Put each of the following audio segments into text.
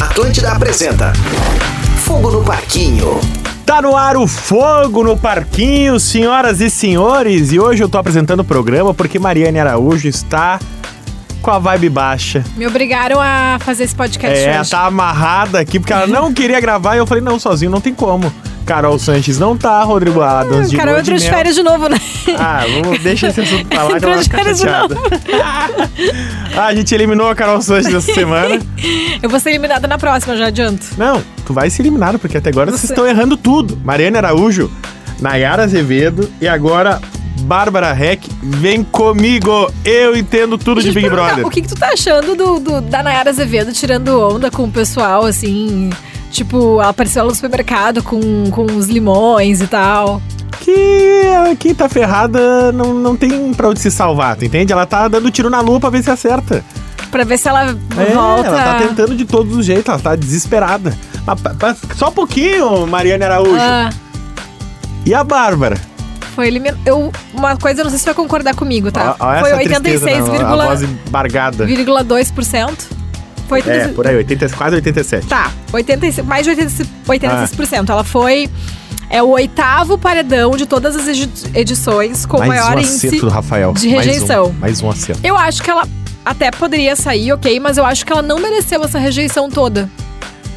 Atlântida apresenta Fogo no Parquinho. Tá no ar o fogo no parquinho, senhoras e senhores. E hoje eu tô apresentando o programa porque Mariane Araújo está com a vibe baixa. Me obrigaram a fazer esse podcast É, ela hoje. tá amarrada aqui porque ela não queria gravar e eu falei, não, sozinho não tem como. Carol Sanches não tá, Rodrigo Adams de Cara, lua eu entro de de mel. Ah, férias de novo, né? Ah, vamos, deixa esse assunto pra lá que ela vai Entrou de ficar férias de chateada. ah, a gente eliminou a Carol Sanches essa semana. Eu vou ser eliminada na próxima, já adianto. Não, tu vai ser eliminado, porque até agora vocês estão errando tudo. Mariana Araújo, Nayara Azevedo e agora Bárbara Heck. Vem comigo, eu entendo tudo de Deixa eu te Big perguntar, Brother. O que, que tu tá achando do, do- da Nayara Azevedo tirando onda com o pessoal, assim? Tipo, ela apareceu lá no supermercado com, com os limões e tal. Que ela- quem tá ferrada não, não tem pra onde se salvar, tu entende? Ela tá dando tiro na lua pra ver se acerta. Pra ver se ela É, volta. Ela tá tentando de todos os jeitos, ela tá desesperada. Mas, pa- pa- só um pouquinho, Mariana Araújo. Ah, E a Bárbara? foi eliminada. Eu, uma coisa, eu não sei se tu vai concordar comigo, tá? Ó- ó essa foi tristeza na- A voz 86,2%. embargada. Foi É, 86,2%. por aí, 80, quase 87. Tá, 86, mais de 86%. 86%. Ela foi. É o oitavo paredão de todas as edi- edições com mais maior um índice. acerto do Rafael. de Mais um, rejeição. Mais um, acerto. Eu acho que ela até poderia sair, ok, mas eu acho que ela não mereceu essa rejeição toda.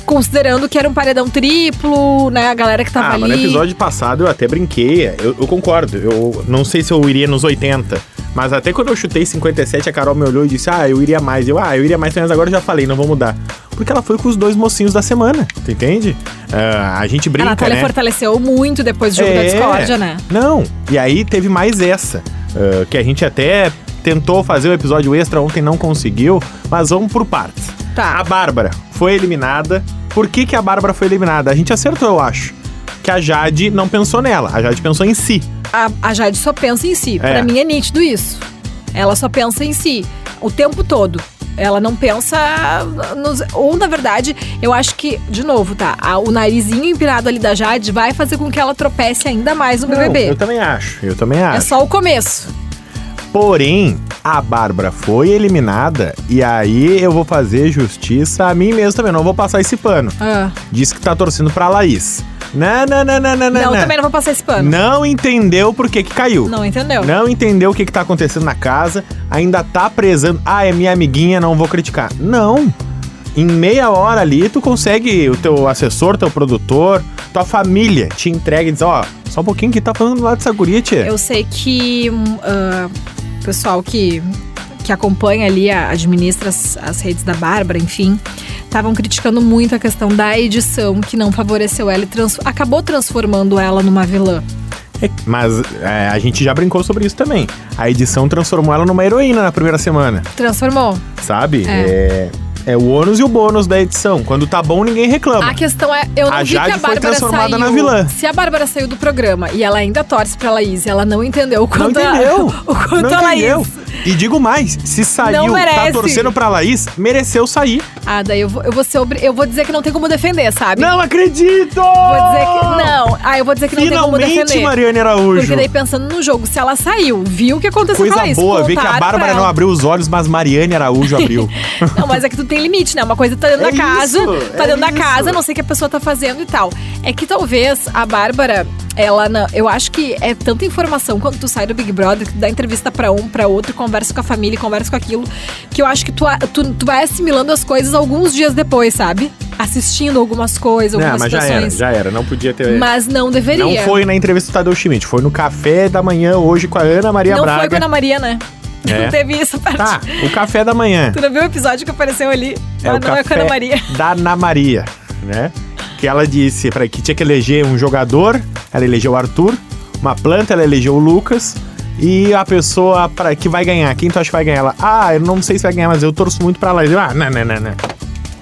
Considerando que era um paredão triplo, né? A galera que tava ah, ali. mas no episódio passado eu até brinquei. Eu, eu concordo. Eu não sei se eu iria nos 80. Mas até quando eu chutei 57, a Carol me olhou e disse: Ah, eu iria mais. Eu, ah, eu iria mais, mas agora eu já falei, não vou mudar. Porque ela foi com os dois mocinhos da semana, tu entende? Ah, a gente a brinca, Natália né? fortaleceu muito depois do jogo da É. discórdia, né? Não. E aí teve mais essa, ah, que a gente até tentou fazer o episódio extra ontem, não conseguiu, mas vamos por partes. A Tá. Bárbara foi eliminada. Por que, que a Bárbara foi eliminada? A gente acertou, eu acho. Que a Jade não pensou nela, a Jade pensou em si. A, a Jade só pensa em si. É. Pra mim é nítido isso. Ela só pensa em si o tempo todo. Ela não pensa nos. Ou, na verdade, eu acho que, de novo, tá? a- o narizinho empinado ali da Jade vai fazer com que ela tropece ainda mais no Não, BBB. eu também acho, eu também é acho. só o começo. Porém, a Bárbara foi eliminada e aí eu vou fazer justiça a mim mesmo também, não vou passar esse pano. Ah. Diz que tá torcendo pra Laís. Não, não, não, não, não, não. Não, não. também não vou passar esse pano. Não entendeu por que que caiu. Não entendeu? Não entendeu o que, que tá acontecendo na casa, ainda tá prezando. Ah, é minha amiguinha, não vou criticar. Não! Em meia hora ali, tu consegue o teu assessor, teu produtor, tua família te entrega e diz, ó, só um pouquinho que tá falando lá dessa guria, tia. Eu sei que hum, ah, o pessoal que, que acompanha ali, a- administra as, as redes da Bárbara, enfim, estavam criticando muito a questão da edição, que não favoreceu ela e trans- acabou transformando ela numa vilã. É, Mas é, a gente já brincou sobre isso também. A edição transformou ela numa heroína na primeira semana, Transformou. sabe? É, é o ônus e o bônus da edição. Quando tá bom, ninguém reclama. A questão é, eu não A vi Jade que a foi Bárbara transformada saiu. na vilã. Se a Bárbara saiu do programa e ela ainda torce pra Laís, ela não entendeu o Não quanto, entendeu. A, o quanto não a Laís. entendeu. E digo mais, se saiu, tá merece. torcendo pra Laís, mereceu sair. Ah, daí eu vou, eu, vou ser obri- eu vou dizer que não tem como defender, sabe? Não acredito! Vou dizer que. Não. Ah, eu vou dizer que não tem como Finalmente, defender. Mariane Araújo. Porque daí pensando no jogo, se ela saiu, viu o que aconteceu com Coisa ela, boa, ver que a Bárbara não abriu os olhos, mas Mariane Araújo abriu. Não, mas é que tu tem limite, né? Uma coisa tá dentro É da casa, isso, tá é dentro da isso. casa, não sei o que a pessoa tá fazendo e tal. É que talvez a Bárbara, ela não, eu acho que é tanta informação quando tu sai do Big Brother, que tu dá entrevista pra um, pra outro, conversa com a família, conversa com aquilo, que eu acho que tu, a- tu, tu vai assimilando as coisas alguns dias depois, sabe? Assistindo algumas coisas, não, algumas mas já era, situações. já era. Não podia ter. Mas não deveria. não foi na entrevista do Tadeu Schmidt, foi no café da manhã hoje com a Ana Maria Não Braga. foi com a Ana Maria, né? É. Não teve essa parte. Tá, o café da manhã. Tu não viu o episódio que apareceu ali? É ah, o não é com a café Ana Maria. da Ana Maria, né? Que ela disse pra, que tinha que eleger um jogador, ela elegeu o Arthur, uma planta, ela elegeu o Lucas, e a pessoa pra, que vai ganhar, quem tu acha que vai ganhar? Ela, ah, eu não sei se vai ganhar, mas eu torço muito pra Laís. Eu, Ah, não, não, não, não.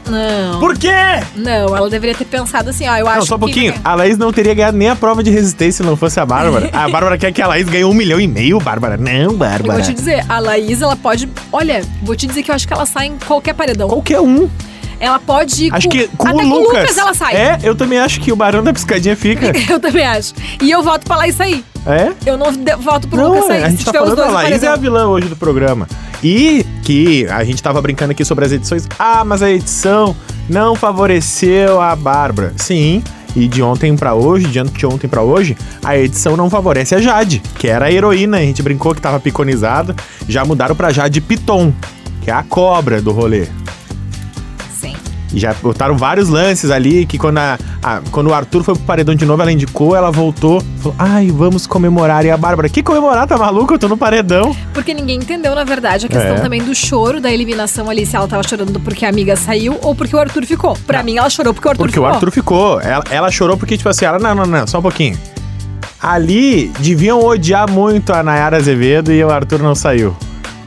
Não. Por quê? Não, ela deveria ter pensado assim, ó, eu acho não, só um que- pouquinho. A Laís não teria ganhado nem a prova de resistência se não fosse a Bárbara. a Bárbara quer que a Laís ganhe um milhão e meio, Bárbara. Não, Eu vou Bárbara. te dizer, a Laís, ela pode. Olha, vou te dizer que eu acho que ela sai em qualquer paredão. Qualquer um. Ela pode ir Acho com, que com Tipo, até o Lucas. com o Lucas ela sai. É, eu também acho que o Barão da Piscadinha fica. Eu também acho. E eu voto pra Laís sair. é? Eu não de- voto pro Não, Lucas sair. a gente se tá tiver os falando, dois a no Laís é paredão. a vilã hoje do programa. E que a gente tava brincando aqui sobre as edições. Ah, mas a edição não favoreceu a Bárbara. Sim, e de ontem pra hoje, diante de ontem pra hoje, a edição não favorece a Jade, que era a heroína, a gente brincou que tava piconizada, já mudaram pra Jade Piton, que é a cobra do rolê. Sim. E já botaram vários lances ali que quando, a, a- quando o Arthur foi pro paredão de novo, ela indicou, ela voltou, falou: ai, vamos comemorar. E a Bárbara, que comemorar? Tá maluco? Eu tô no paredão. Porque ninguém entendeu, na verdade, a questão É. também do choro, da eliminação ali, se ela tava chorando porque a amiga saiu ou porque o Arthur ficou. Pra mim, ela chorou porque o Arthur Tá. Porque o ficou. Arthur ficou. Ela, ela chorou porque, tipo assim, ela, não, não, não, só um pouquinho. Ali deviam odiar muito a Nayara Azevedo e o Arthur não saiu.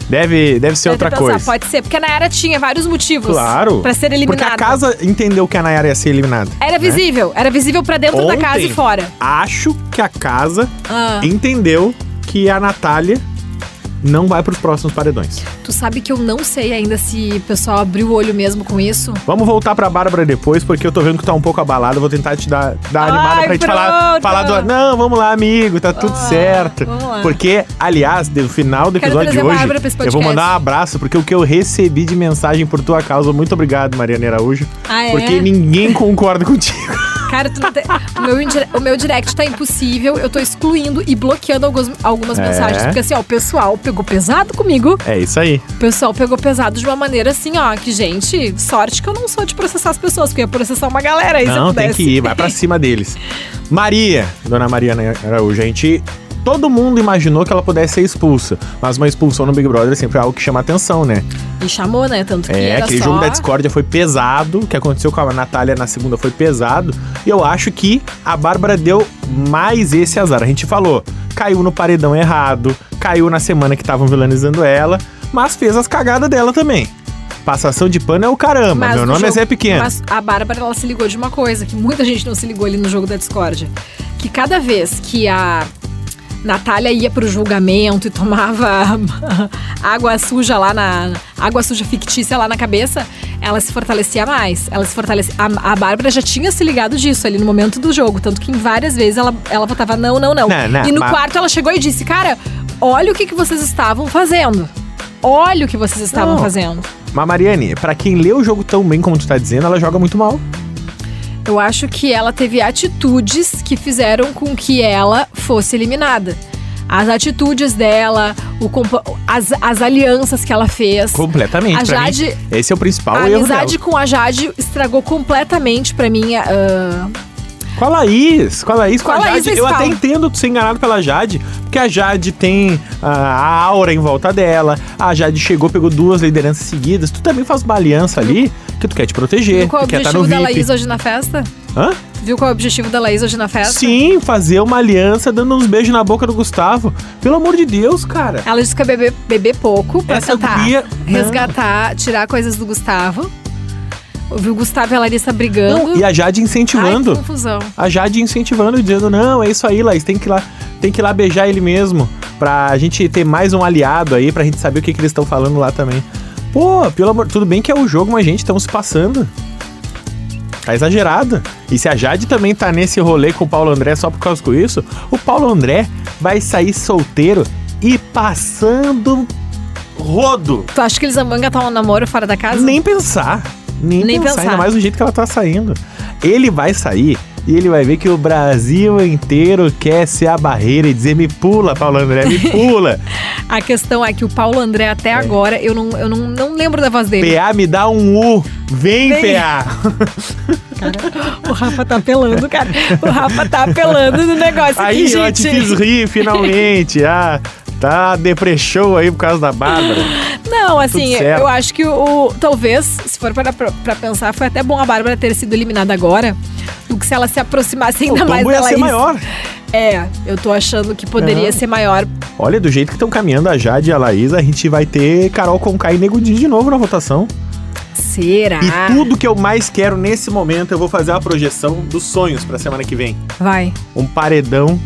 Deve, deve ser Deve outra pensar, coisa. ah, Pode ser, porque a Nayara tinha vários motivos Claro. pra ser Porque eliminada. a casa entendeu que a Nayara ia ser eliminada. Era visível, era visível pra dentro da casa e Ontem, fora. Acho que a casa Ah. entendeu que a Natália não vai pros próximos paredões. Tu sabe que eu não sei ainda se o pessoal abriu o olho mesmo com isso? Vamos voltar pra Bárbara depois, porque eu tô vendo que tá um pouco abalada. Eu Vou tentar te dar, dar animada Ai, pra gente falar, pronto. falar do. Não, vamos lá, amigo, tá tudo Ah, certo. vamos lá. Porque, aliás, do final do Quero episódio de trazer a hoje, Bárbara pra esse eu vou podcast. mandar um abraço, porque o que eu recebi de mensagem por tua causa, muito obrigado, Mariana Araújo. Ah, é? Porque ninguém concorda contigo. Cara, tu não tem... o, meu indire- o meu direct tá impossível, eu tô excluindo e bloqueando algumas, algumas É. mensagens. Porque assim, ó, o pessoal pegou pesado comigo. É isso aí. O pessoal pegou pesado de uma maneira assim, ó, que, gente, sorte que eu não sou de processar as pessoas, porque eu ia processar uma galera aí se eu Não, tem pudesse. que ir, vai pra cima deles. Maria, dona Mariana Araújo, a gente. Todo mundo imaginou que ela pudesse ser expulsa, mas uma expulsão no Big Brother é sempre algo que chama atenção, né? E chamou, né? Tanto que É, era aquele só... jogo da discórdia foi pesado, o que aconteceu com a Natália na segunda foi pesado, e eu acho que a Bárbara deu mais esse azar. A gente falou, caiu no paredão errado, caiu na semana que estavam vilanizando ela, mas fez as cagadas dela também. Passação de pano é o caramba, Mas meu no nome é jogo- Zé Pequeno. Mas a Bárbara, ela se ligou de uma coisa, que muita gente não se ligou ali no jogo da discórdia. Que cada vez que a Natália ia pro julgamento e tomava água suja lá na... Água suja fictícia lá na cabeça, ela se fortalecia mais. Ela se fortalecia... A, a Bárbara já tinha se ligado disso ali no momento do jogo. Tanto que em várias vezes ela, ela votava não, não, não. Não, não, e Né, no mas- quarto ela chegou e disse, cara, olha o que, que vocês estavam fazendo. Olha o que vocês estavam Não. fazendo. Mas Mariane, pra quem lê o jogo tão bem como tu tá dizendo, ela joga muito mal. Eu acho que ela teve atitudes que fizeram com que ela fosse eliminada. As atitudes dela, o compa- as, as alianças que ela fez. Completamente. A pra mim, Jade- esse é o principal a erro amizade com a Jade estragou completamente pra mim. ah, dela. Com a Laís, com a Laís, com, Com a a Laís Jade. eles eu até falam. entendo tu ser enganado pela Jade, porque a Jade tem ah, a aura em volta dela, a Jade chegou, pegou duas lideranças seguidas, tu também faz uma aliança ali que tu quer te proteger, viu qual tu é o quer estar objetivo tá no da VIP. Laís hoje na festa? Hã? Viu qual é o objetivo da Laís hoje na festa? Sim, fazer uma aliança dando uns beijos na boca do Gustavo. Pelo amor de Deus, cara. Ela disse que ia beber, beber pouco pra Essa tentar guria- né? resgatar, tirar coisas do Gustavo. Ouviu o Gustavo e a Larissa brigando. E a Jade incentivando. Ai, que confusão. a Jade incentivando e dizendo: não, é isso aí, Laís, tem que ir lá, tem que ir lá beijar ele mesmo. Pra gente ter mais um aliado aí, pra gente saber o que, que eles estão falando lá também. Pô, pelo amor, tudo bem que é o jogo, mas gente, estamos se passando. Tá exagerado. E se a Jade também tá nesse rolê com o Paulo André só por causa disso, o Paulo André vai sair solteiro e passando rodo. Tu acha que eles vão engatar um namoro fora da casa? Nem pensar. Nem, Nem pensar, pensar. ainda mais do jeito que ela tá saindo. Ele vai sair e ele vai ver que o Brasil inteiro quer ser a barreira e dizer: me pula, Paulo André, me pula. A questão é que o Paulo André, até agora, eu, não, eu não, não lembro da voz dele. PA, me dá um U. Vem, Vem. PA. O Rafa tá apelando, cara. O Rafa tá apelando no negócio Aí aqui, eu te fiz gente. rir, finalmente. Ah, tá deprechou aí por causa da Bárbara. Não, assim, Tudo certo. eu acho que o. Talvez, se for para pra, pra pensar, foi até bom a Bárbara ter sido eliminada agora. Do que se ela se aproximasse ainda o mais tombo ia dela. ser maior. É, eu tô achando que poderia Aham. ser maior. Olha, do jeito que estão caminhando a Jade e a Laís, a gente vai ter Carol Conká e Nego Di de novo na votação. Será? E tudo que eu mais quero nesse momento, eu vou fazer a projeção dos sonhos pra semana que vem. Vai. Um paredão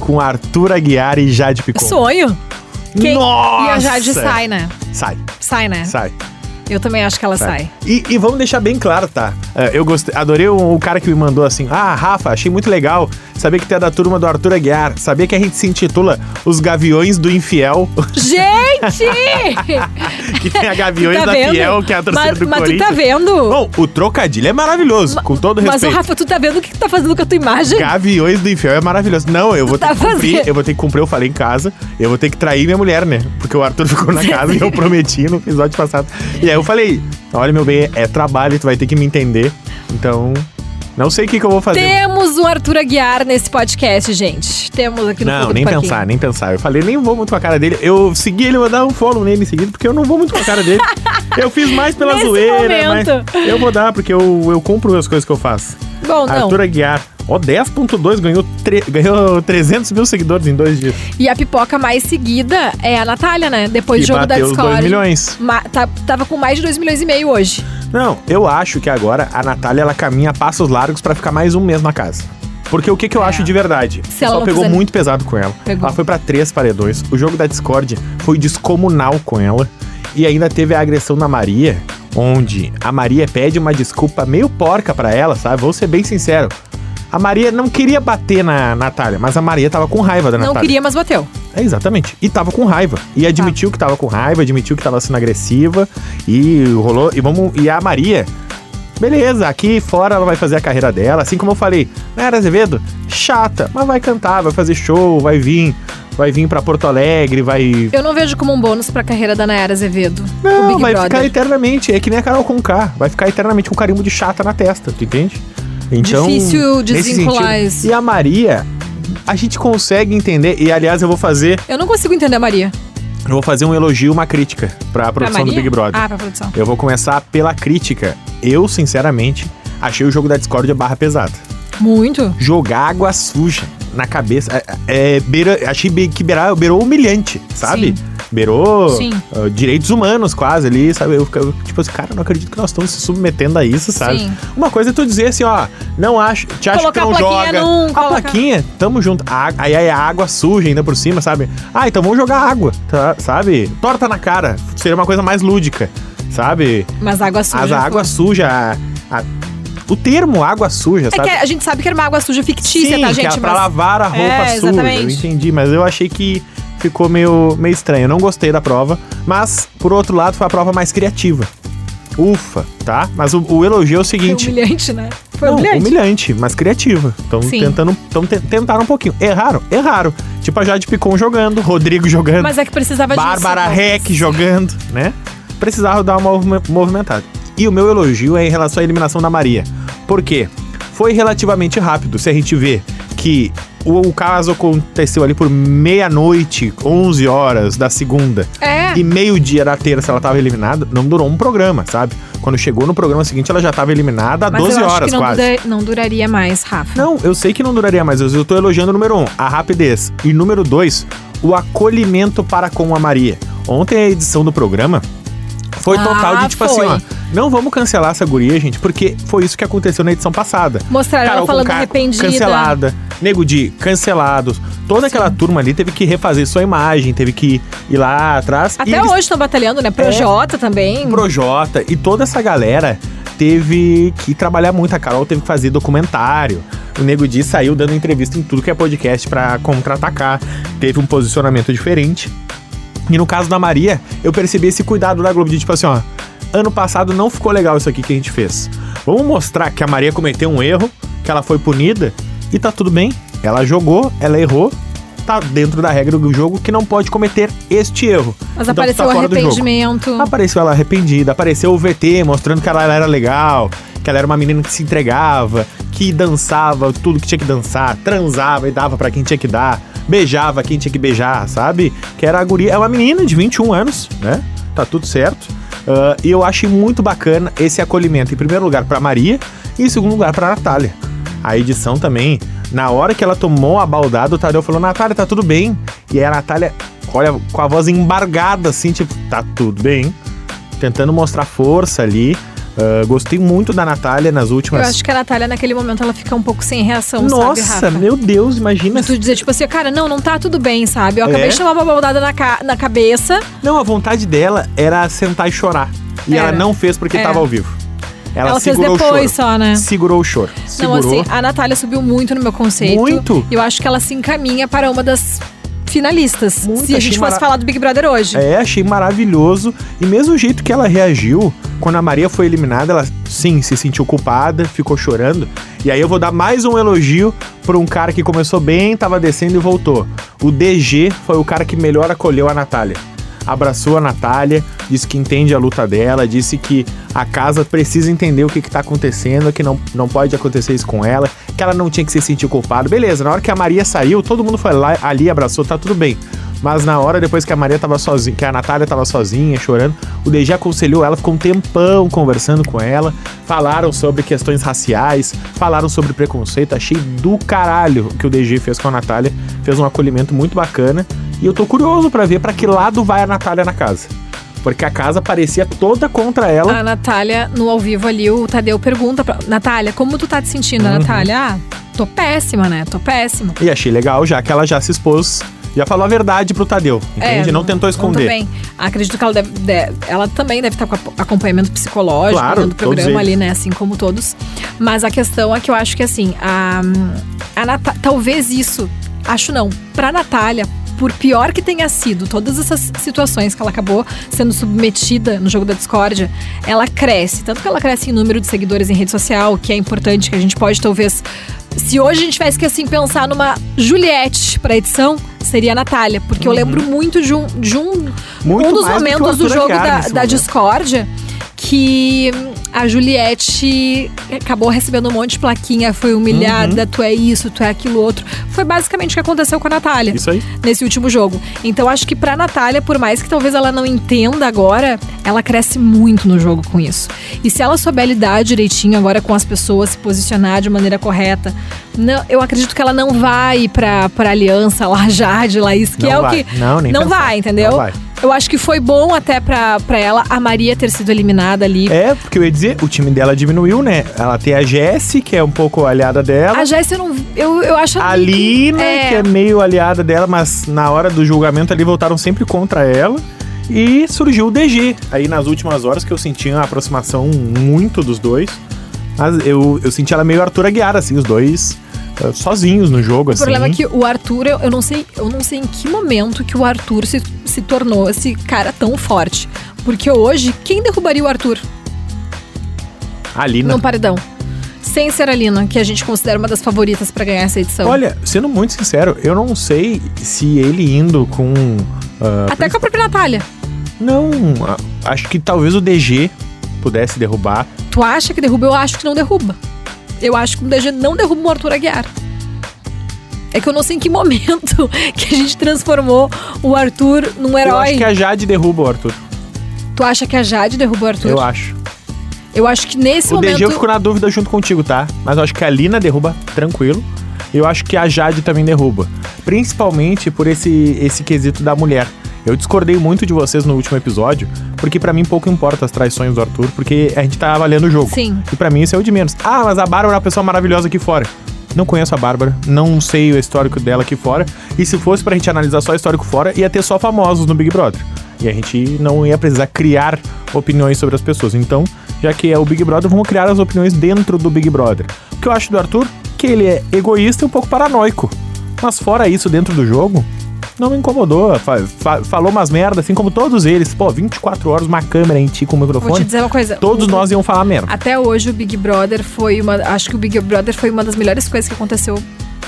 com Arthur Aguiar e É Jade Picon. Sonho? Quem- Nossa! E a Jade é sai, né? Sai, Sai, né? sai. Eu também acho que ela sai. E, e vamos deixar bem claro, tá? É, Eu gostei, adorei o, o cara que me mandou assim. Ah, Rafa, achei muito legal. Sabia que tu é da turma do Arthur Aguiar. Sabia que a gente se intitula Os Gaviões do Infiel. Gente! que tem a Gaviões Tu tá da vendo? Fiel, que é a torcida mas, do mas tu Corinthians. tá vendo? Bom, o trocadilho é maravilhoso, com todo Mas, ô, respeito. Rafa, tu tá vendo o que que tá fazendo com a tua imagem? Gaviões do Infiel é maravilhoso. Não, eu vou ter tá que cumprir. fazendo? Eu vou ter que cumprir, eu falei em casa. Eu vou ter que trair minha mulher, né? Porque o Arthur ficou na casa e eu prometi no episódio passado. E aí eu falei: olha, meu bem, é trabalho, tu vai ter que me entender. Então, não sei o que, que eu vou fazer. Temos um Arthur Aguiar nesse podcast, gente. Temos aqui no Não, Fundo do nem Parquinho. pensar, nem pensar. Eu falei, nem vou muito com a cara dele. Eu segui ele, vou dar um follow nele em seguida, porque eu não vou muito com a cara dele. eu fiz mais pela Nesse zoeira, momento. mas eu vou dar, porque eu, eu compro as coisas que eu faço. Bom, não. Arthur Aguiar, ó, 10.2, ganhou, tre- ganhou 300 mil seguidores em dois dias. E a pipoca mais seguida é a Natália, né? Depois do e jogo da bateu os Discord. 2 milhões. Ma- tá- tava com mais de 2 milhões e meio hoje. Não, eu acho que agora a Natália, ela caminha a passos largos pra ficar mais um mês na casa. Porque o que, que eu acho de verdade? É. o Se ela pessoal não pegou fizer- muito pesado com ela. Pegou. Ela foi pra três paredões. O jogo da Discord foi descomunal com ela. E ainda teve a agressão na Maria, onde a Maria pede uma desculpa meio porca pra ela, sabe? Vou ser bem sincero. A Maria não queria bater na Natália, mas a Maria tava com raiva da Não Natália. queria, mas bateu. É, exatamente. E tava com raiva. Tá. E admitiu que tava com raiva, admitiu que tava sendo agressiva. E rolou. E vamos. E a Maria. Beleza, aqui fora ela vai fazer a carreira dela, assim como eu falei. Nayara Azevedo, chata, mas vai cantar, vai fazer show, vai vir, vai vir pra Porto Alegre, vai. Eu não vejo como um bônus pra carreira da Nayara Azevedo. o Não, Big vai Brother. ficar eternamente. É que nem a Carol Conká. Vai ficar eternamente com carimbo de chata na testa, tu entende? Então. Difícil nesse desvincular sentido- isso. E a Maria, a gente consegue entender. E aliás, eu vou fazer Eu não consigo entender a Maria. Eu vou fazer um elogio e uma crítica pra Pra produção do Maria? Big Brother. Ah, pra produção. Eu vou começar pela crítica. Eu, sinceramente, achei o jogo da discórdia barra pesada. Muito. Jogar água suja na cabeça. É, é, beira- achei be- que beira- beirou humilhante, sabe? Sim. Beirou Sim. ah, direitos humanos quase ali, sabe? Eu ficava tipo assim, cara, eu não acredito que nós estamos se submetendo a isso, sabe? Sim. Uma coisa é tu dizer assim, ó, não acho, te acho Colocar que não a joga. plaquinha num- a colocar- plaquinha, tamo junto. A água- aí a água suja ainda por cima, sabe? Ah, então vamos jogar água, tá? sabe? Torta na cara, seria uma coisa mais lúdica, sabe? Mas água suja. As a água suja, a- a- o termo água suja, É sabe? que a gente sabe que era uma água suja fictícia, tá, que gente? é pra Mas- lavar a roupa É, suja. Eu exatamente. entendi, mas eu achei que ficou meio, meio estranho. Eu não gostei da prova, mas, por outro lado, foi a prova mais criativa. Ufa, tá? Mas o, o elogio é o Foi seguinte. humilhante, né? Foi Não, humilhante. mas criativa. Então Sim. tentando, tão te- tentaram um pouquinho. Erraram, erraram. Tipo a Jade Picon jogando, Rodrigo jogando, Mas é que precisava disso. Bárbara talvez. Reck jogando, né? Precisava dar uma movime- movimentada. E o meu elogio é em relação à eliminação da Maria. Por quê? Foi relativamente rápido. Se a gente vê que o, o caso aconteceu ali por meia-noite, 11 horas da segunda. É. E meio-dia da terça ela tava eliminada, não durou um programa, sabe? Quando chegou no programa seguinte, ela já tava eliminada há Mas 12 eu acho horas que não, quase. dura- não duraria mais, Rafa. Não, eu sei que não duraria mais. Eu eu tô elogiando o número um, a rapidez. E número dois, o acolhimento para com a Maria. Ontem a edição do programa foi Ah, total de tipo foi. assim, ó. Não vamos cancelar essa guria, gente, porque foi isso que aconteceu na edição passada. Mostraram Carol ela falando Conká arrependida. Cancelada. Nego de cancelados. Toda aquela turma ali teve que refazer sua imagem, teve que ir lá atrás. e Até eles É. hoje estão batalhando, né? Projota também. Projota e toda essa galera teve que trabalhar muito. A Carol teve que fazer documentário. O Nego Di saiu dando entrevista em tudo que é podcast pra contra-atacar. Teve um posicionamento diferente. E no caso da Maria, eu percebi esse cuidado da Globo de tipo assim, ó. Ano passado não ficou legal isso aqui que a gente fez. Vamos mostrar que a Maria cometeu um erro, que ela foi punida e tá tudo bem. Ela jogou, ela errou, tá dentro da regra do jogo que não pode cometer este erro. Mas Então, apareceu tá o fora do jogo. arrependimento. Apareceu ela arrependida, apareceu o VT mostrando que ela era legal, que ela era uma menina que se entregava, que dançava tudo que tinha que dançar, transava e dava pra quem tinha que dar, beijava quem tinha que beijar, sabe? Que era a guria, é uma menina de 21 anos, né? Tá tudo certo. Ah, e eu achei muito bacana esse acolhimento, em primeiro lugar pra Maria e em segundo lugar pra Natália. A edição também, na hora que ela tomou a baldada, o Tadeu falou: Natália, tá tudo bem. E aí a Natália, olha, com a voz embargada, assim, tipo, tá tudo bem. Tentando mostrar força ali. Ah, gostei muito da Natália nas Eu últimas. acho que a Natália, naquele momento, ela fica um pouco sem reação, Nossa, sabe, Rafa? meu Deus, imagina. De tu dizer, tipo assim, cara, não, não tá tudo bem, sabe? Eu acabei É? de tomar uma baldada na, ca- na cabeça. Não, a vontade dela era sentar e chorar. E ela Era. não fez porque É. tava ao vivo. Ela, Ela fez segurou o choro. depois só, né? Segurou o choro. Não, Segurou. assim, a Natália subiu muito no meu conceito. Muito? Eu acho que ela se encaminha para uma das finalistas. Muito, se a achei gente mara- fosse falar do Big Brother hoje. É, achei maravilhoso. E mesmo o jeito que ela reagiu, quando a Maria foi eliminada, ela sim se sentiu culpada, ficou chorando. E aí eu vou dar mais um elogio pra um cara que começou bem, tava descendo e voltou. O DG foi o cara que melhor acolheu a Natália. Abraçou a Natália, disse que entende a luta dela, disse que a casa precisa entender o que, que tá acontecendo, que não, não pode acontecer isso com ela, que ela não tinha que se sentir culpada. Beleza, na hora que a Maria saiu, todo mundo foi lá ali, abraçou, tá tudo bem. Mas na hora, depois que a Maria tava sozinha, que a Natália tava sozinha, chorando, o DG aconselhou ela, ficou um tempão conversando com ela. Falaram sobre questões raciais, falaram sobre preconceito. Achei do caralho o que o DG fez com a Natália. Fez um acolhimento muito bacana. E eu tô curioso pra ver pra que lado vai a Natália na casa. Porque a casa parecia toda contra ela. A Natália, no ao vivo ali, o Tadeu pergunta pra Natália, como tu tá te sentindo? A Uhum. Natália, ah, tô péssima, né? Tô péssima. E achei legal, já que ela já se expôs. Já falou a verdade pro Tadeu, entende? não, tentou Não tô esconder. É, bem. Acredito que ela, deve, de- ela também deve estar com ap- acompanhamento psicológico Claro, né, do todos programa eles. ali, né? Assim como todos. Mas a questão é que eu acho que assim, a, a Nata- talvez isso, acho não, pra Natália. Por pior que tenha sido todas essas situações que ela acabou sendo submetida no jogo da discórdia, ela cresce. Tanto que ela cresce em número de seguidores em rede social, que é importante, que a gente pode talvez. Se hoje a gente tivesse que assim pensar numa Juliette pra edição, seria a Natália. Porque Uhum. eu lembro muito de um, de um Muito um dos mais do que o momentos do, Arthur jogo Aguiar da, nesse da momento. discórdia que hum, a Juliette acabou recebendo um monte de plaquinha, foi Uhum. humilhada, tu é isso, tu é aquilo outro. Foi basicamente o que aconteceu com a Natália Isso aí. nesse último jogo. Então acho que pra Natália, por mais que talvez ela não entenda agora, ela cresce muito no jogo com isso. E se ela souber lidar direitinho agora com as pessoas, se posicionar de maneira correta, não- eu acredito que ela não vai pra, pra aliança lá, Jade, Laís, que Não é vai. o que. Não, nem não pensar. vai, entendeu? Não vai. Eu acho que foi bom até pra, pra ela a Maria ter sido eliminada ali. É, porque eu ia dizer, o time dela diminuiu, né? Ela tem a Jessie, que é um pouco aliada dela. A Jéssica eu não. Eu, eu acho. A Lina, é. que é meio aliada dela, mas na hora do julgamento ali voltaram sempre contra ela. E surgiu o DG. Aí nas últimas horas que eu senti uma aproximação muito dos dois. Mas eu, eu senti ela meio Arthur Aguiar, assim, os dois eh, sozinhos no jogo, O assim. problema é que o Arthur, eu, eu não sei, eu não sei em que momento que o Arthur se, se tornou esse cara tão forte. Porque hoje, quem derrubaria o Arthur é A Lina. no paredão? Sem ser a Lina, que a gente considera uma das favoritas pra ganhar essa edição. Olha, sendo muito sincero, eu não sei se ele indo com. ah, Até com a própria Natália. Não, a- acho que talvez o DG pudesse derrubar. Tu acha que derruba? Eu acho que não derruba. Eu acho que o DG não derruba o Arthur Aguiar. É que eu não sei em que momento que a gente transformou o Arthur num Eu herói. acho que a Jade derruba o Arthur. Tu acha que a Jade derrubou o Arthur? Eu acho. Eu acho que nesse o momento. DG eu fico na dúvida junto contigo, tá? Mas eu acho que a Lina derruba tranquilo. Eu acho que a Jade também derruba. Principalmente por esse, esse quesito da mulher. Eu discordei muito de vocês no último episódio, porque pra mim pouco importa as traições do Arthur, porque a gente tá avaliando o jogo. Sim. E pra mim isso é o de menos. Ah, mas a Bárbara é uma pessoa maravilhosa aqui fora. Não conheço a Bárbara, não sei o histórico dela aqui fora. E se fosse pra gente analisar só histórico fora, ia ter só famosos no Big Brother. E a gente não ia precisar criar opiniões sobre as pessoas. Então, já que é o Big Brother, vamos criar as opiniões dentro do Big Brother. O que eu acho do Arthur? Que ele é egoísta e um pouco paranoico. Mas fora isso, dentro do jogo, não me incomodou. Fa- fa- falou umas merdas, assim como todos eles. Pô, 24 horas, uma câmera em ti com o Vou te microfone. dizer uma coisa. Todos O- nós iam falar merda. Até hoje o Big Brother foi uma. Acho que o Big Brother foi uma das melhores coisas que aconteceu,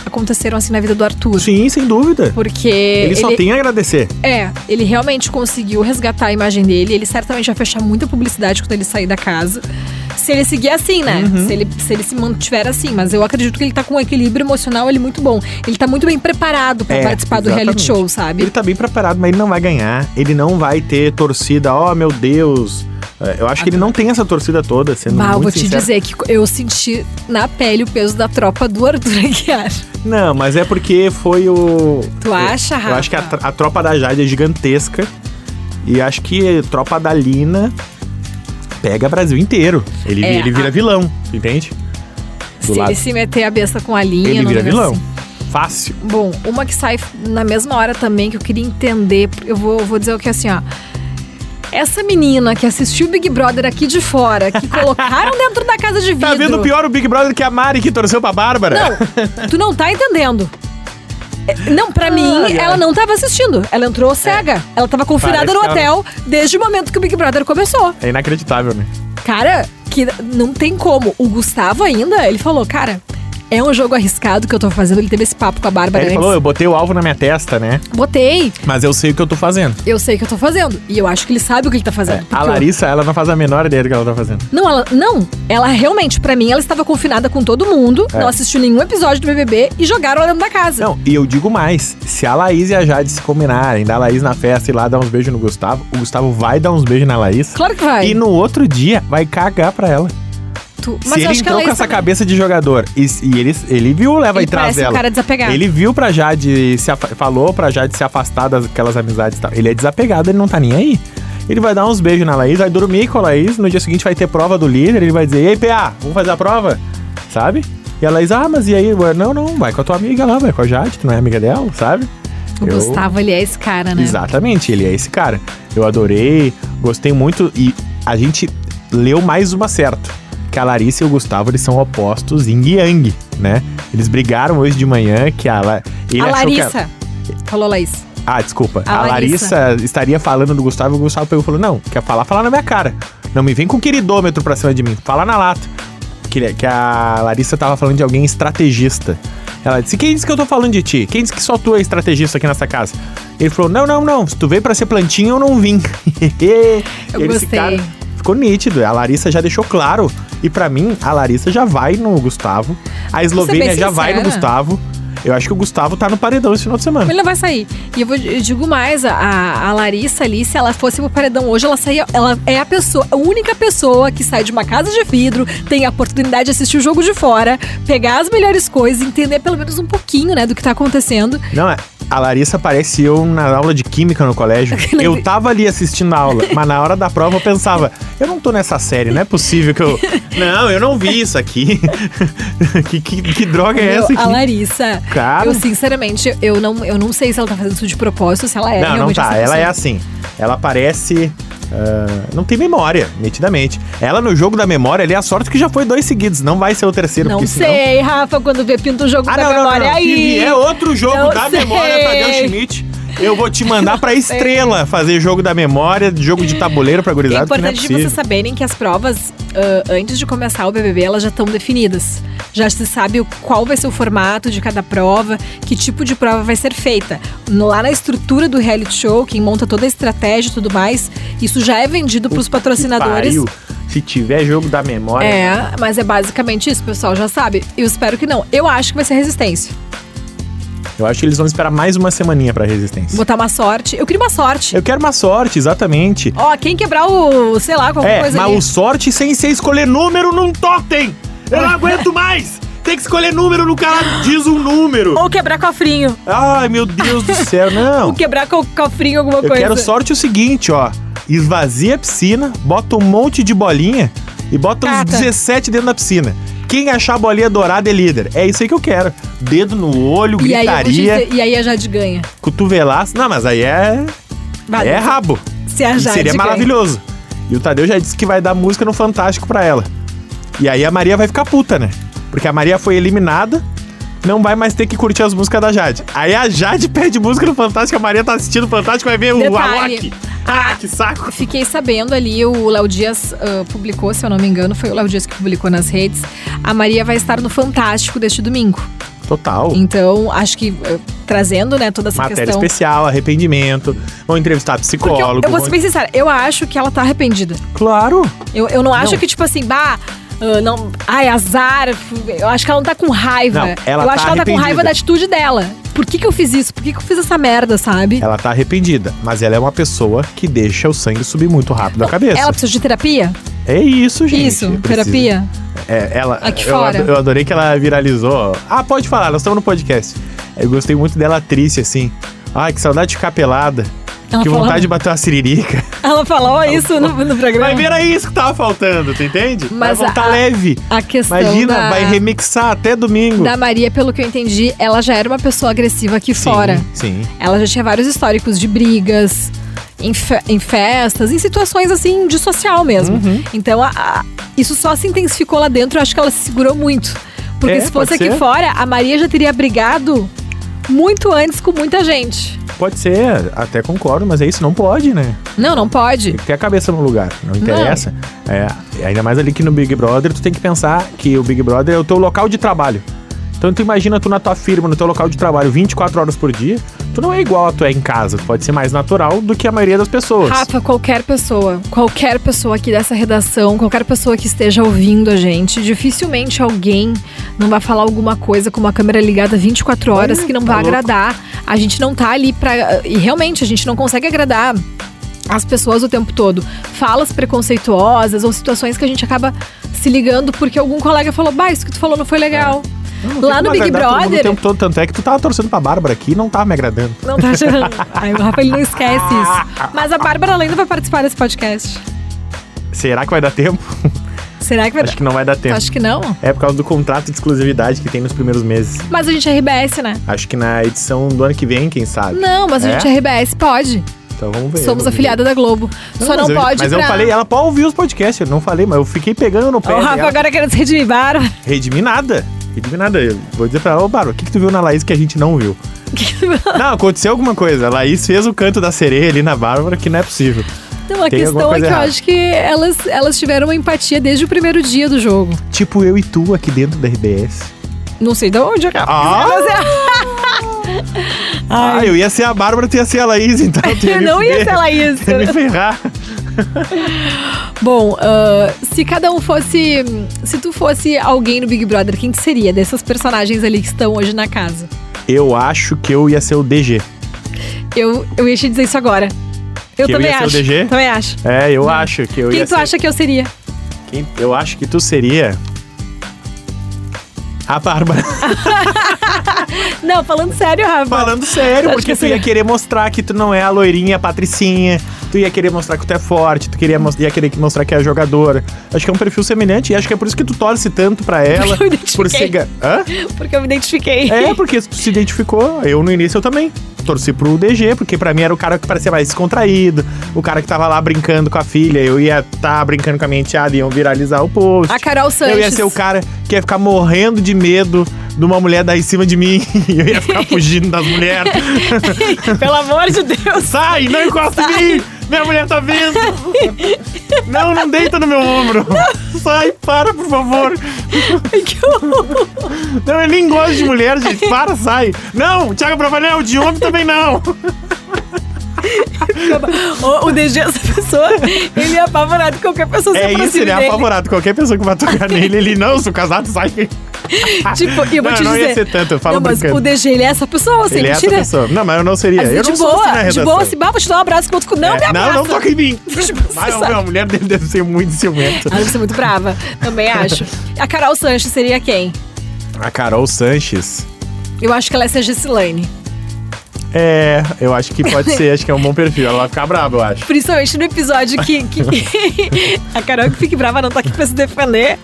aconteceram assim na vida do Arthur. Sim, sem dúvida. Porque Ele, ele, só tem a agradecer. é, ele realmente conseguiu resgatar a imagem dele. Ele certamente vai fechar muita publicidade quando ele sair da casa. Se ele seguir assim, né? Uhum. Se, ele, se ele se mantiver assim. Mas eu acredito que ele tá com um equilíbrio emocional ele muito bom. Ele tá muito bem preparado pra É, participar do reality exatamente. show, sabe? Ele tá bem preparado, mas ele não vai ganhar. Ele não vai ter torcida, ó meu Deus. É, Eu acho que ele não tem essa torcida toda, sendo Bah, eu muito vou te sincero. dizer que eu senti na pele o peso da tropa do Arthur Aguiar. Não, mas é porque foi o... Tu acha, Eu, Rafa? eu acho que a, tro- a tropa da Jade é gigantesca. E acho que a tropa da Lina pega Brasil inteiro. Ele, É, ele vira a- vilão, tu entende? Se lado. ele se meter a besta com a linha, Ele não vira deve vilão. assim. Fácil. Bom, uma que sai na mesma hora também, que eu queria entender, eu vou, vou dizer o que assim, ó. é Essa menina que assistiu Big Brother aqui de fora, que colocaram dentro da casa de vidro. Tá vendo pior o Big Brother que a Mari que torceu pra Bárbara? Não, tu não tá entendendo. É, Não, pra mim, Ah, ai. É. ela não tava assistindo. Ela entrou cega. Ela tava confinada Parece no que ela- hotel desde o momento que o Big Brother começou. É inacreditável, né? Cara, que não tem como. O Gustavo ainda, ele falou, cara, é um jogo arriscado que eu tô fazendo. Ele teve esse papo com a Aí Bárbara Ele antes. falou, eu botei o alvo na minha testa, né? Botei, Mas eu sei o que eu tô fazendo. eu sei o que eu tô fazendo. E eu acho que ele sabe o que ele tá fazendo. porque É, A eu- Larissa, ela não faz a menor ideia do que ela tá fazendo. Não, ela. Não, ela realmente, pra mim, ela estava confinada com todo mundo, não assistiu nenhum episódio do BBB e jogaram ela dentro da casa. É. Não, e eu digo mais, se a Laís e a Jade se combinarem, dar a Laís na festa e lá dar uns beijos no Gustavo, o Gustavo vai dar uns beijos na Laís Claro que vai. e no outro dia vai cagar pra ela. Tu- se ele entrou com Laís essa também- cabeça de jogador e, e ele, ele viu o leva é Ele e traz parece um ela. cara desapegado. Ele viu pra Jade, se afa- falou pra Jade se afastar daquelas amizades e tal. Ele é desapegado, ele não tá nem aí. Ele vai dar uns beijos na Laís, vai dormir com a Laís, no dia seguinte vai ter prova do líder, ele vai dizer, ei, PA, vamos fazer a prova? Sabe? E a Laís, ah, mas e aí? Ué, Não, não, vai com a tua amiga lá, vai com a Jade, que não é amiga dela, sabe? O Eu- Gustavo, ele é esse cara, né? Exatamente, ele é esse cara. Eu adorei, gostei muito e a gente leu mais uma certo. Que a Larissa e o Gustavo, eles são opostos yin e yang, né? Eles brigaram hoje de manhã que a... La- Ele a achou que a- Larissa. Falou, Laís. Ah, desculpa. A A, Larissa. estaria falando do Gustavo e o Gustavo pegou e falou, não, quer falar, fala na minha cara. Não me vem com queridômetro pra cima de mim, fala na lata. Que, ele- é, que a Larissa tava falando de alguém estrategista. Ela disse, quem disse que eu tô falando de ti? Quem disse que só tu é estrategista aqui nessa casa? Ele falou, não, não, não, se tu veio pra ser plantinha, eu não vim. Eu Eles gostei. ficaram- Ficou nítido, a Larissa já deixou claro. E pra mim, a Larissa já vai no Gustavo. A Eslovênia já vai no sincera. Gustavo. Eu acho que o Gustavo tá no paredão esse final de semana. Ele não vai sair. E eu, vou- eu digo mais, a, a Larissa ali, se ela fosse pro paredão hoje, ela saía. Ela é a pessoa, a única pessoa que sai de uma casa de vidro, tem a oportunidade de assistir o jogo de fora, pegar as melhores coisas, entender pelo menos um pouquinho, né, do que tá acontecendo. Não, é- a Larissa parece eu na aula de química no colégio. Eu tava ali assistindo a aula, mas na hora da prova eu pensava, eu não tô nessa série, não é possível que eu. Não, eu não vi isso aqui. que, que- que droga é Meu, essa a aqui? Ah, Larissa. Cara. Eu, sinceramente, eu não, eu não sei se ela tá fazendo isso de propósito, se ela é não, não realmente tá. essa Ela é pessoa. assim. Ela parece. ah, não tem memória, nitidamente. Ela no jogo da memória ali, a sorte é que já foi dois seguidos. Não vai ser o terceiro, Não porque senão. sei, Rafa, quando vê pinta o jogo Ah, da não, não, não, memória não. Se aí. vier outro jogo Não da sei. memória, Tadeu Schmidt, eu vou te mandar pra estrela fazer jogo da memória, jogo de tabuleiro pra É gurizada, que não é importante de possível. vocês saberem que as provas, ah, antes de começar o BBB, elas já estão definidas. Já se sabe o- qual vai ser o formato de cada prova, que tipo de prova vai ser feita. No- Lá na estrutura do reality show, quem monta toda a estratégia e tudo mais, isso já é vendido pros patrocinadores. Pariu. Se tiver jogo da memória, É, mas é basicamente isso, o pessoal já sabe. Eu espero que não. Eu acho que vai ser resistência. eu acho que eles vão esperar mais uma semaninha pra resistência. Botar uma sorte. Eu queria uma sorte. Eu quero uma sorte, exatamente. Ó, quem quebrar o, sei lá, qualquer É, mas coisa ali. o sorte sem ser escolher número num totem! Eu não aguento mais! Tem que escolher número no cara, diz um número! Ou quebrar cofrinho. Ai, meu Deus do céu, não! Ou quebrar co cofrinho, alguma Eu coisa. quero sorte o seguinte, ó. Esvazia a piscina, bota um monte de bolinha e bota uns Cata. 17 dentro da piscina. Quem achar a bolinha dourada é líder. É isso aí que eu quero. Dedo no olho, E aí, eu vou te gritaria, dizer- e aí a Jade ganha. cotovelaço. Não, mas aí é. Vai, é rabo. Se a E Jade seria ganha. maravilhoso. E o Tadeu já disse que vai dar música no Fantástico pra ela. E aí a Maria vai ficar puta, né? Porque a Maria foi eliminada, não vai mais ter que curtir as músicas da Jade. Aí a Jade pede música no Fantástico, a Maria tá assistindo o Fantástico, vai ver o Detalhe. Alok. Ah, que saco. Fiquei sabendo ali, o Léo Dias ah, publicou, se eu não me engano, foi o Léo Dias que publicou nas redes. A Maria vai estar no Fantástico deste domingo. Total. Então, acho que ah, trazendo, né, toda essa Matéria questão. especial, arrependimento. Vão entrevistar Porque eu, psicólogo. eu vou vão- ser bem sincera, eu acho que ela tá arrependida. Claro. Eu, eu não acho Não. que, tipo assim, bah. ah, não, ai, azar. f- Eu acho que ela não tá com raiva. Não, ela eu tá acho que ela tá com arrependida. raiva da atitude dela. Por que, que eu fiz isso? Por que, que eu fiz essa merda, sabe? Ela tá arrependida, mas ela é uma pessoa que deixa o sangue subir muito rápido na cabeça. Ela precisa de terapia? É isso, gente. isso, Precisa. terapia. É, ela, Aqui eu, fora. ado- eu adorei que ela viralizou. Ah, pode falar, nós estamos no podcast. Eu gostei muito dela triste, assim. Ai, que saudade de ficar pelada. Ela que falou- vontade de bater uma siririca. Ela falou isso no, no programa. Mas era isso que tava faltando, tu entende? Mas vai voltar a- leve. A questão Imagina, da, vai remixar até domingo. da Maria, pelo que eu entendi, ela já era uma pessoa agressiva aqui Sim, fora. Sim. Ela já tinha vários históricos de brigas. em, fe- em festas, em situações assim de social mesmo. Uhum. Então a- a- isso só se intensificou lá dentro, eu acho que ela se segurou muito. Porque É, se fosse pode aqui ser. fora, a Maria já teria brigado muito antes com muita gente. Pode ser, até concordo, mas é isso, não pode, né? Não, não pode. Tem que ter a cabeça no lugar, não interessa. É, ainda mais ali que no Big Brother, tu tem que pensar que o Big Brother é o teu local de trabalho. Então tu imagina tu na tua firma, no teu local de trabalho, 24 horas por dia, tu não é igual a tu é em casa, tu pode ser mais natural do que a maioria das pessoas. Rafa, qualquer pessoa, qualquer pessoa aqui dessa redação, qualquer pessoa que esteja ouvindo a gente, dificilmente alguém não vai falar alguma coisa com uma câmera ligada 24 horas que não tá vai louco. agradar. A gente não tá ali pra. E realmente, a gente não consegue agradar as pessoas o tempo todo. Falas preconceituosas ou situações que a gente acaba se ligando porque algum colega falou, bah, isso que tu falou não foi legal. Não tem Lá como no Big agradar todo mundo Brother. O tempo todo, tanto é que tu tava torcendo pra Bárbara aqui e não tava me agradando. Não tá achando. Aí o Rafa ele não esquece isso. Mas a Bárbara ainda vai participar desse podcast. Será que vai dar tempo? Será que vai Acho que não vai dar tempo. Acho que não. É por causa do contrato de exclusividade que tem nos primeiros meses. Mas a gente é RBS, né? Acho que na edição do ano que vem, quem sabe. Não, mas a É? gente é RBS, pode. Então vamos ver. Somos vamos ver. afiliada da Globo. Só não mas eu- pode Mas pra... eu falei, ela pode ouvir os podcasts, eu não falei, mas eu fiquei pegando no Ó, pé O Rafa dela. agora querendo se redimir, Bárbara. Redimi nada. Redimi nada. Eu vou dizer pra ela, ô Bárbara, o que, que tu viu na Laís que a gente não viu? não, aconteceu alguma coisa. A Laís fez o canto da sereia ali na Bárbara, que não é possível. Então, a Tem alguma questão é coisa que eu errada. acho que elas, elas tiveram uma empatia desde o primeiro dia do jogo. Tipo eu e tu aqui dentro da RBS. Não sei de onde eu... Ah! Ah, eu ia ser a Bárbara, tu ia ser a Laís, então. tu Eu me não ia fuder. falar isso. Tu ia me ferrar. Bom, ah, se cada um fosse. Se tu fosse alguém no Big Brother, quem tu seria dessas personagens ali que estão hoje na casa? Eu acho que eu ia ser o DG. Eu, eu ia te dizer isso agora. Eu Que eu também ia ser o acho. DG? Também acho. É, eu acho que eu quem ia tu ser. acha que eu seria? Quem- eu acho que tu seria. A Bárbara. Não, falando sério, Rafa. Falando sério, Acho porque que tu ia sim. querer mostrar que tu não é a loirinha, a patricinha. Tu ia querer mostrar que tu é forte, tu queria, mos- ia querer que- mostrar que é a jogadora. Acho que é um perfil semelhante e acho que é por isso que tu torce tanto pra ela. Porque eu identifiquei. por ser. ga- Hã? Porque eu me identifiquei. É, porque tu se identificou. Eu no início eu também. Torci pro DG, porque pra mim era o cara que parecia mais descontraído, o cara que tava lá brincando com a filha. Eu ia estar brincando com a minha enteada, iam viralizar o post. A Carol Sanches. Eu ia ser o cara que ia ficar morrendo de medo de uma mulher dar em cima de mim. Eu ia ficar fugindo das mulheres. Pelo amor de Deus. Sai, não encosta em mim! Minha mulher tá vindo! não, não deita no meu ombro! Sai, para, por favor! Que horror. Não, eu nem gosto de mulher, gente. Para, sai! Não, Thiago Bravanel, de homem também não! o, o DG, essa pessoa, ele é apavorado. Qualquer pessoa se É aproxime isso, ele é dele. apavorado. Qualquer pessoa que vai tocar nele, ele não, sou casado, sai! Tipo, e eu vou Não, te não dizer. ia ser tanto, eu falo não, mas brincando. o DG, ele é essa pessoa, assim, Ele é essa mentira. pessoa. Não, mas eu não seria. Às eu vezes não de sou assim na boa, de redação. boa, se bá, vou te dar um abraço com outro cu. Não, me É, abraça. não, não toca em mim. Tipo, Mas sabe? a mulher deve, deve ser muito ciumenta. Ela deve ser Ah, é muito brava, também acho. A Carol Sanches seria quem? A Carol Sanches. Eu acho que ela é ser Gislaine. É, eu acho que pode ser, acho que é um bom perfil. Ela vai ficar brava, eu acho. Principalmente no episódio que, que- a Carol que fique brava não tá aqui pra se defender.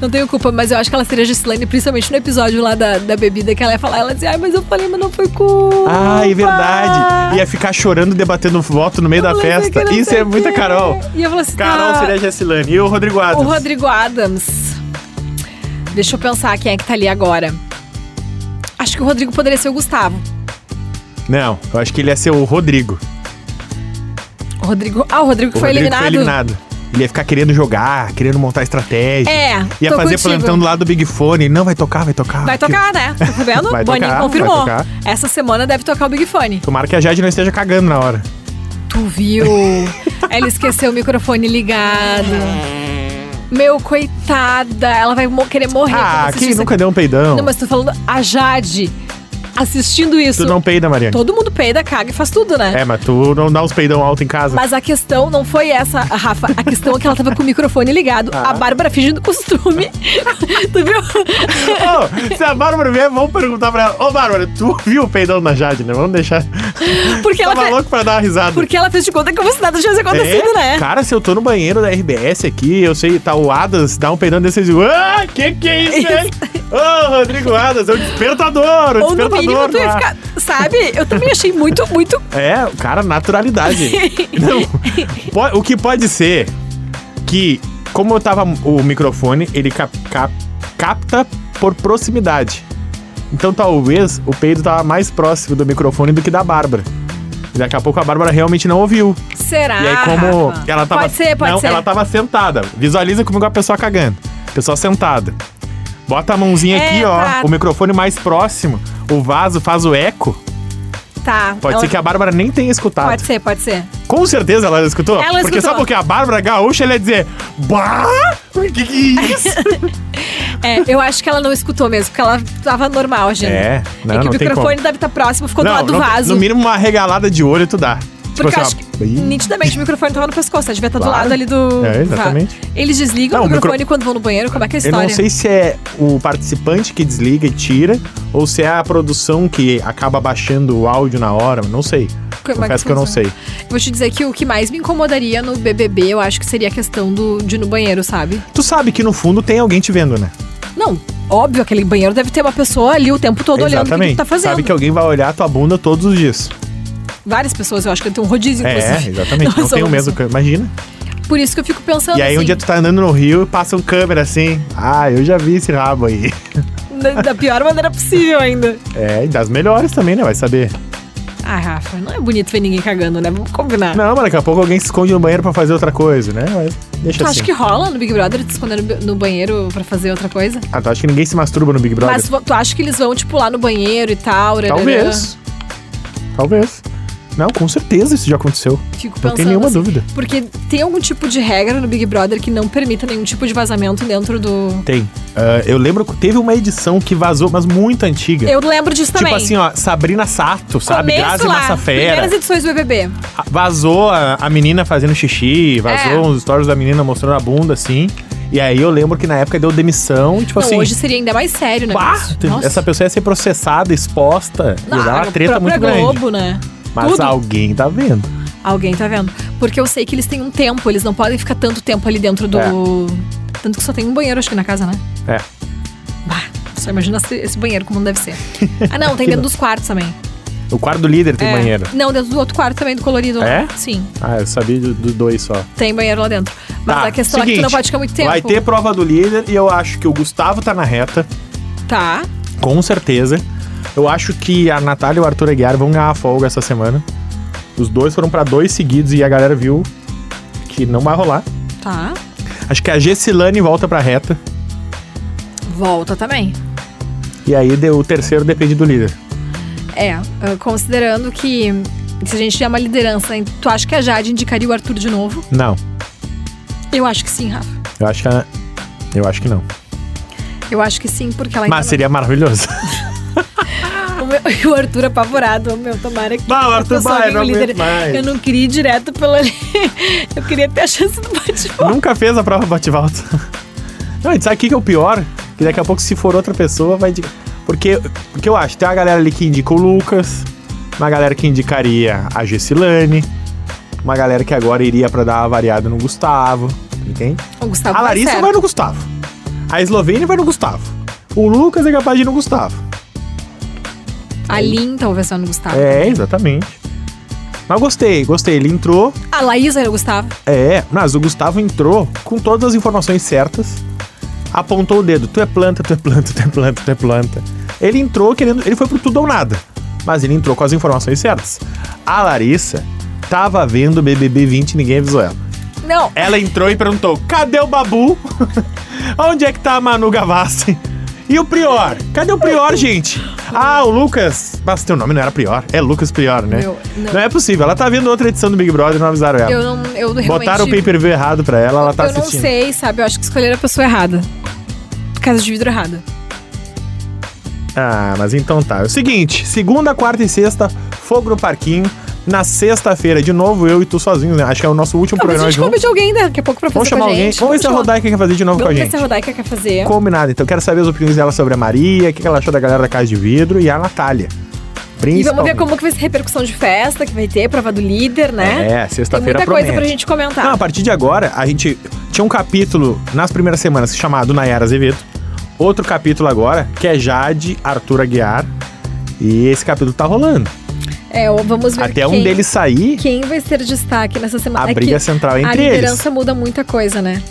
Não tenho culpa, mas eu acho que ela seria Gislaine, principalmente no episódio lá da, da bebida que ela ia falar. Ela dizia, ai, mas eu falei, mas não foi culpa. Ah, é verdade. Ia ficar chorando, debatendo voto no meio da Ela dizia que festa. não Isso sei é o muita quê. Carol. E eu falei assim, Carol tá, seria a Gessilane. E o Rodrigo Adams. o Rodrigo Adams. Deixa eu pensar quem é que tá ali agora. Acho que o Rodrigo poderia ser o Gustavo. Não, eu acho que ele ia ser o Rodrigo. O Rodrigo. Ah, o Rodrigo que O foi, Rodrigo eliminado. foi eliminado. Ele ia ficar querendo jogar, querendo montar estratégia. É, Ia tô fazer contigo. plantão do lado do Big Fone. Não, vai tocar, vai tocar. Vai Aquilo. tocar, né? Tá vendo? Vai Boninho tocar, confirmou. vai tocar. Essa semana deve tocar o Big Fone. Tomara que a Jade não esteja cagando na hora. Tu viu? ela esqueceu o microfone ligado. Meu, coitada. Ela vai mo- querer morrer. Ah, quando É, assistir quem isso nunca aqui. deu um peidão? Não, mas tô falando a Jade assistindo isso. Tu não peida, Mariana. Todo mundo peida, caga e faz tudo, né? É, mas tu não dá uns peidão alto em casa. Mas a questão não foi essa, Rafa. A questão é que ela tava com o microfone ligado. Ah. A Bárbara fingindo costume. tu viu? Ô, se a Bárbara vier, vamos perguntar pra ela. Ô, Bárbara, tu viu o peidão na Jade, né? Vamos deixar. Porque ela, Tava fe- louco tá pra dar uma risada. porque ela fez de conta como se nada tivesse acontecido, É, né? Cara, se eu tô no banheiro da RBS aqui, eu sei, tá o Adas, dá um peidão desse e diz, ah, que que é isso, hein? Ô, Rodrigo Adas, é o despertador, o Ou no despertador. né? mínimo tu ia Adornar. ficar. Sabe? Eu também achei muito, muito. É, cara, naturalidade. Não, po- o que pode ser que, como eu tava. O microfone, ele cap- cap- capta por proximidade. Então talvez o peido tava mais próximo do microfone do que da Bárbara. E Daqui a pouco a Bárbara realmente não ouviu. Será? e aí, como Rafa? ela tava. Ah. Pode ser, pode não, ser. ela tá tava sentada. Visualiza comigo a pessoa cagando. Pessoa sentada. Bota a mãozinha É, aqui, ó. tá. O microfone mais próximo. O vaso faz o eco. Tá. Pode ela- ser que a Bárbara nem tenha escutado. Pode ser, pode ser. Com certeza ela escutou. Ela Porque escutou. sabe o que? A Bárbara Gaúcha, ela ia dizer... Bah! Que que é isso? É, eu acho que ela não escutou mesmo, porque ela tava normal, gente. É, não, é que não o tem microfone deve estar próximo, ficou não, do lado não- do vaso. No mínimo uma regalada de olho tu dá. Tipo assim, Porque eu ó, acho que "Ih". nitidamente o microfone tava no pescoço, né? devia estar do Claro. lado ali do. É, exatamente. Eles desligam Não, o o micro- microfone quando vão no banheiro, como é que é a Eu história? não sei se é o participante que desliga e tira, ou se é a produção que acaba baixando o áudio na hora, não sei. Como é Confesso que eu não sei. funciona. Vou te dizer que o que mais me incomodaria no BBB, eu acho que seria a questão do, de ir no banheiro, sabe? Tu sabe que no fundo tem alguém te vendo, né? Não, óbvio, aquele banheiro deve ter uma pessoa ali o tempo todo olhando o que que tu tá fazendo. Sabe que alguém vai olhar tua bunda todos os dias. Várias pessoas, eu acho que tem um rodízio, É, inclusive. exatamente. Não Nós tem o somos- mesmo. que- Imagina. Por isso que eu fico pensando E aí um assim, dia tu tá andando no rio e passa um câmera assim. Ah, eu já vi esse rabo aí. né, da, da pior maneira possível ainda. É, e das melhores também, né? Vai saber. Ah, Rafa, não é bonito ver ninguém cagando, né? Vamos combinar. Não, mas daqui a pouco alguém se esconde no banheiro pra fazer outra coisa, né? Mas deixa Tu assim. acha que rola no Big Brother te esconder no, no banheiro pra fazer outra coisa? Ah, tu acha que ninguém se masturba no Big Brother? Mas vo- tu acha que eles vão, tipo, lá no banheiro e tal? rarará? Talvez. Talvez. Não, com certeza isso já aconteceu. Fico Não pensando. tem nenhuma assim, dúvida. Porque tem algum tipo de regra no Big Brother que não permita nenhum tipo de vazamento dentro do. Tem. Ah, eu lembro que teve uma edição que vazou, mas muito antiga. Eu lembro disso tipo também. assim, ó, Sabrina Sato, sabe? Começo Grazi Tipo lá, Massafera. Primeiras edições do BBB. A- Vazou a, a menina fazendo xixi, vazou É. uns stories da menina mostrando a bunda, assim. E aí eu lembro que na época deu demissão, e, tipo não, assim. hoje seria ainda mais sério, né? pá, tem- Nossa. essa pessoa ia ser processada, exposta, Não, ia dar uma a treta própria muito grande. Globo, né? Mas Tudo. alguém tá vendo. Alguém tá vendo? Porque eu sei que eles têm um tempo, eles não podem ficar tanto tempo ali dentro do. É. Tanto que só tem um banheiro, acho que na casa, né? É. Bah, só imagina esse, esse banheiro como deve ser. Ah, não, Que tem dentro não. dos quartos também. O quarto do líder tem É. banheiro. Não, dentro do outro quarto também, do colorido. É? Sim, Ah, eu sabia do, do dois só. tem banheiro lá dentro. Mas Tá, a questão é que tu não seguinte, pode ficar muito tempo. Vai ter prova do líder e eu acho que o Gustavo tá na reta, Tá. com certeza. Eu acho que a Natália e o Arthur Aguiar vão ganhar a folga essa semana. Os dois foram pra dois seguidos e a galera viu que não vai rolar. Tá. Acho que a Gessilane volta pra reta. Volta também. E aí deu- o terceiro depende do líder. É, ah, considerando que se a gente tiver uma liderança, hein, tu acha que a Jade indicaria o Arthur de novo? Não, Eu acho que sim, Rafa. eu acho que, a- eu acho que não. Eu acho que sim, porque ela ainda Ah, Mas seria maravilhoso. O, meu- e o Arthur apavorado, oh, meu, tomara que. Não, o a Arthur pessoa vai, venha não o aguento líder. mais. Eu não queria ir direto pela. Eu queria ter a chance do bate-bola. Nunca fez a prova bate-volta. Não, e sabe o que que é o pior? Que daqui a pouco, se for outra pessoa, vai. indicar. Porque, porque eu acho, tem uma galera ali que indica o Lucas, uma galera que indicaria a Gessilane, uma galera que agora iria pra dar uma variada no Gustavo, entende? É O Gustavo A vai Larissa certo. vai no Gustavo. A Eslovênia vai no Gustavo. O Lucas é capaz de ir no Gustavo. A Lin tá talvez vai no Gustavo. É, exatamente. Mas gostei, gostei. Ele entrou. A Laís vai no Gustavo. É, mas o Gustavo entrou com todas as informações certas, apontou o dedo, tu é planta, tu é planta, tu é planta, tu é planta. Ele entrou querendo, ele foi pro tudo ou nada, mas ele entrou com as informações certas. A Larissa tava vendo o BBB 20 e ninguém avisou ela. Não, Ela entrou e perguntou, cadê o Babu? Onde é que tá a Manu Gavassi? E o Prior? Cadê o Prior, gente? Ah, o Lucas. Mas teu nome não era Prior. É Lucas Prior, né? Meu, não. não. é possível. Ela tá vendo outra edição do Big Brother e não avisaram ela. eu não. Eu realmente. É. Botaram o pay-per-view errado pra ela, ela tá Eu não assistindo. sei, sabe? Eu acho que escolheram a pessoa errada. Casa de vidro errada. Ah, mas então tá. É o seguinte, segunda, quarta e sexta, fogo no parquinho. Na sexta-feira, de novo, eu e tu sozinhos, né? Acho que é o nosso último Talvez a programa gente junto. coube de alguém né? daqui a pouco pra fazer Vamos chamar com a alguém. gente. Vamos ver se a chamar- Rodaica quer fazer de novo com a Vamos ver se a gente. Rodaica quer fazer. Combinado. Então, quero saber as opiniões dela sobre a Maria, o que ela achou da galera da Casa de Vidro e a Natália. E Principalmente. vamos ver como que vai ser a repercussão de festa que vai ter, prova do líder, né? É, Tem sexta-feira muita promete. coisa pra gente comentar. Não, a partir de agora, a gente tinha um capítulo nas primeiras semanas chamado Nayara Azevedo. Outro capítulo agora, que é Jade, Arthur Aguiar E esse capítulo tá rolando. É, ó, vamos ver Até quem, um deles sair, Quem vai ser destaque nessa semana? a É briga que central a entre eles. liderança muda muita coisa, né?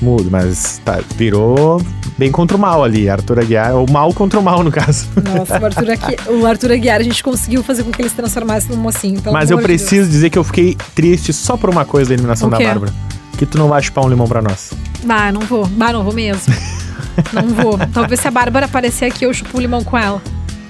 Mudo, mas tá, virou bem contra o mal ali, Arthur Aguiar. Ou mal contra o mal, no caso. Nossa, o Arthur, aqui, o Arthur Aguiar, a gente conseguiu fazer com que ele se transformasse num mocinho. pelo mas eu amor de preciso dizer que eu fiquei triste só por uma coisa da eliminação O da quê? Bárbara. Que tu não vai chupar um limão pra nós. Deus. Bah, não vou. Bah, não vou mesmo. não vou. Talvez se a Bárbara aparecer aqui, eu chupo o limão com ela.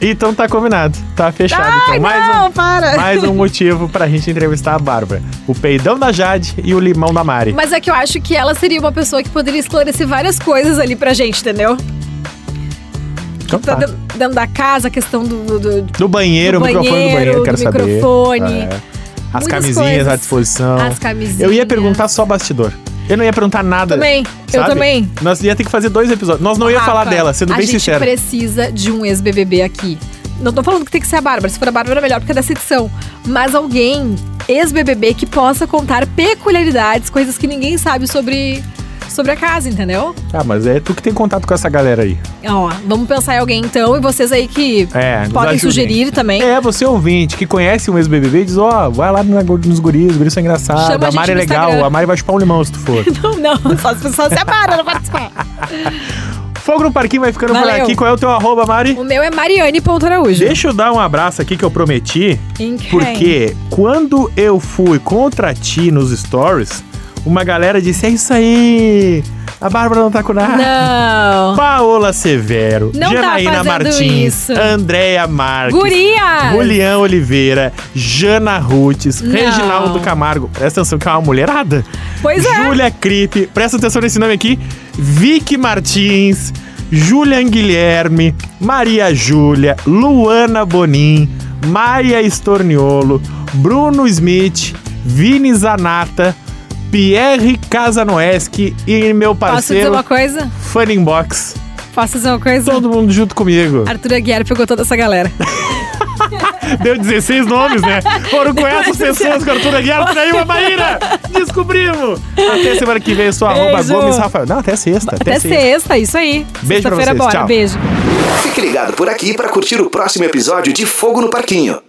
Então tá combinado, tá fechado. então, mais um, não, para! mais um motivo pra gente entrevistar a Bárbara. O peidão da Jade e o limão da Mari. Mas é que eu acho que ela seria uma pessoa que poderia esclarecer várias coisas ali pra gente, entendeu? então, Tá tá. dentro- Dentro da casa, a questão do- do- do, Do banheiro, Do o microfone do banheiro, banheiro, quero do saber. microfone. É. As Muitas camisinhas coisas. à disposição. As camisinhas. Eu ia perguntar só bastidor. Eu não ia perguntar nada. Também, eu sabe? também. Nós ia ter que fazer dois episódios. Nós não ia Rafa, falar dela, sendo bem sincero. A gente precisa de um ex-BBB aqui. Não tô falando que tem que ser a Bárbara. Se for a Bárbara, é melhor porque é dessa edição. Mas alguém, ex-BBB, que possa contar peculiaridades, coisas que ninguém sabe sobre, sobre a casa, entendeu? Ah, mas é tu que tem contato com essa galera aí. Ó, vamos pensar em alguém então. E vocês aí que É, nos podem ajudem. sugerir também. É, você ouvinte que conhece um ex-BBB e diz: Ó, vai lá na- nos guris, os guris são engraçados, Chama a a Mari é gente no legal, Instagram. a Mari vai chupar um limão se tu for. Não, não, só as pessoas se abaram, não participar. Fogo no Parquinho vai ficando por Valeu. aqui. Qual é o teu arroba, Mari? O meu é Mariane.araújo. Deixa eu dar um abraço aqui que eu prometi. Em quem? Porque quando eu fui contra ti nos stories, uma galera disse: É isso aí! A Bárbara não tá com nada. Não. Paola Severo, Não tá Janaína fazendo Martins, isso. Andréia Marques, Gurias! Julião Oliveira, Jana Rutes, Não. Reginaldo Camargo. Presta atenção que é uma mulherada. Pois é. Júlia Cripe, presta atenção nesse nome aqui. Vicky Martins, Julian Guilherme, Maria Júlia, Luana Bonin, Maia Estorniolo, Bruno Smith, Vini Zanata, Pierre Casanoeschi e meu Posso dizer parceiro uma coisa? Funninbox. Posso dizer uma coisa? Todo mundo junto comigo. Arthur Aguiar pegou toda essa galera. Deu 16 nomes, né? Foram com essas é. pessoas que o Arthur Aguiar traiu a Maíra. Descobrimos. Até semana que vem, eu sou arroba Beijo. Gomes Rafael. Não, até sexta. Até, sexta, isso aí. Beijo pra Sexta-feira vocês, bora. tchau. Beijo. Fique ligado por aqui para curtir o próximo episódio de Fogo no Parquinho.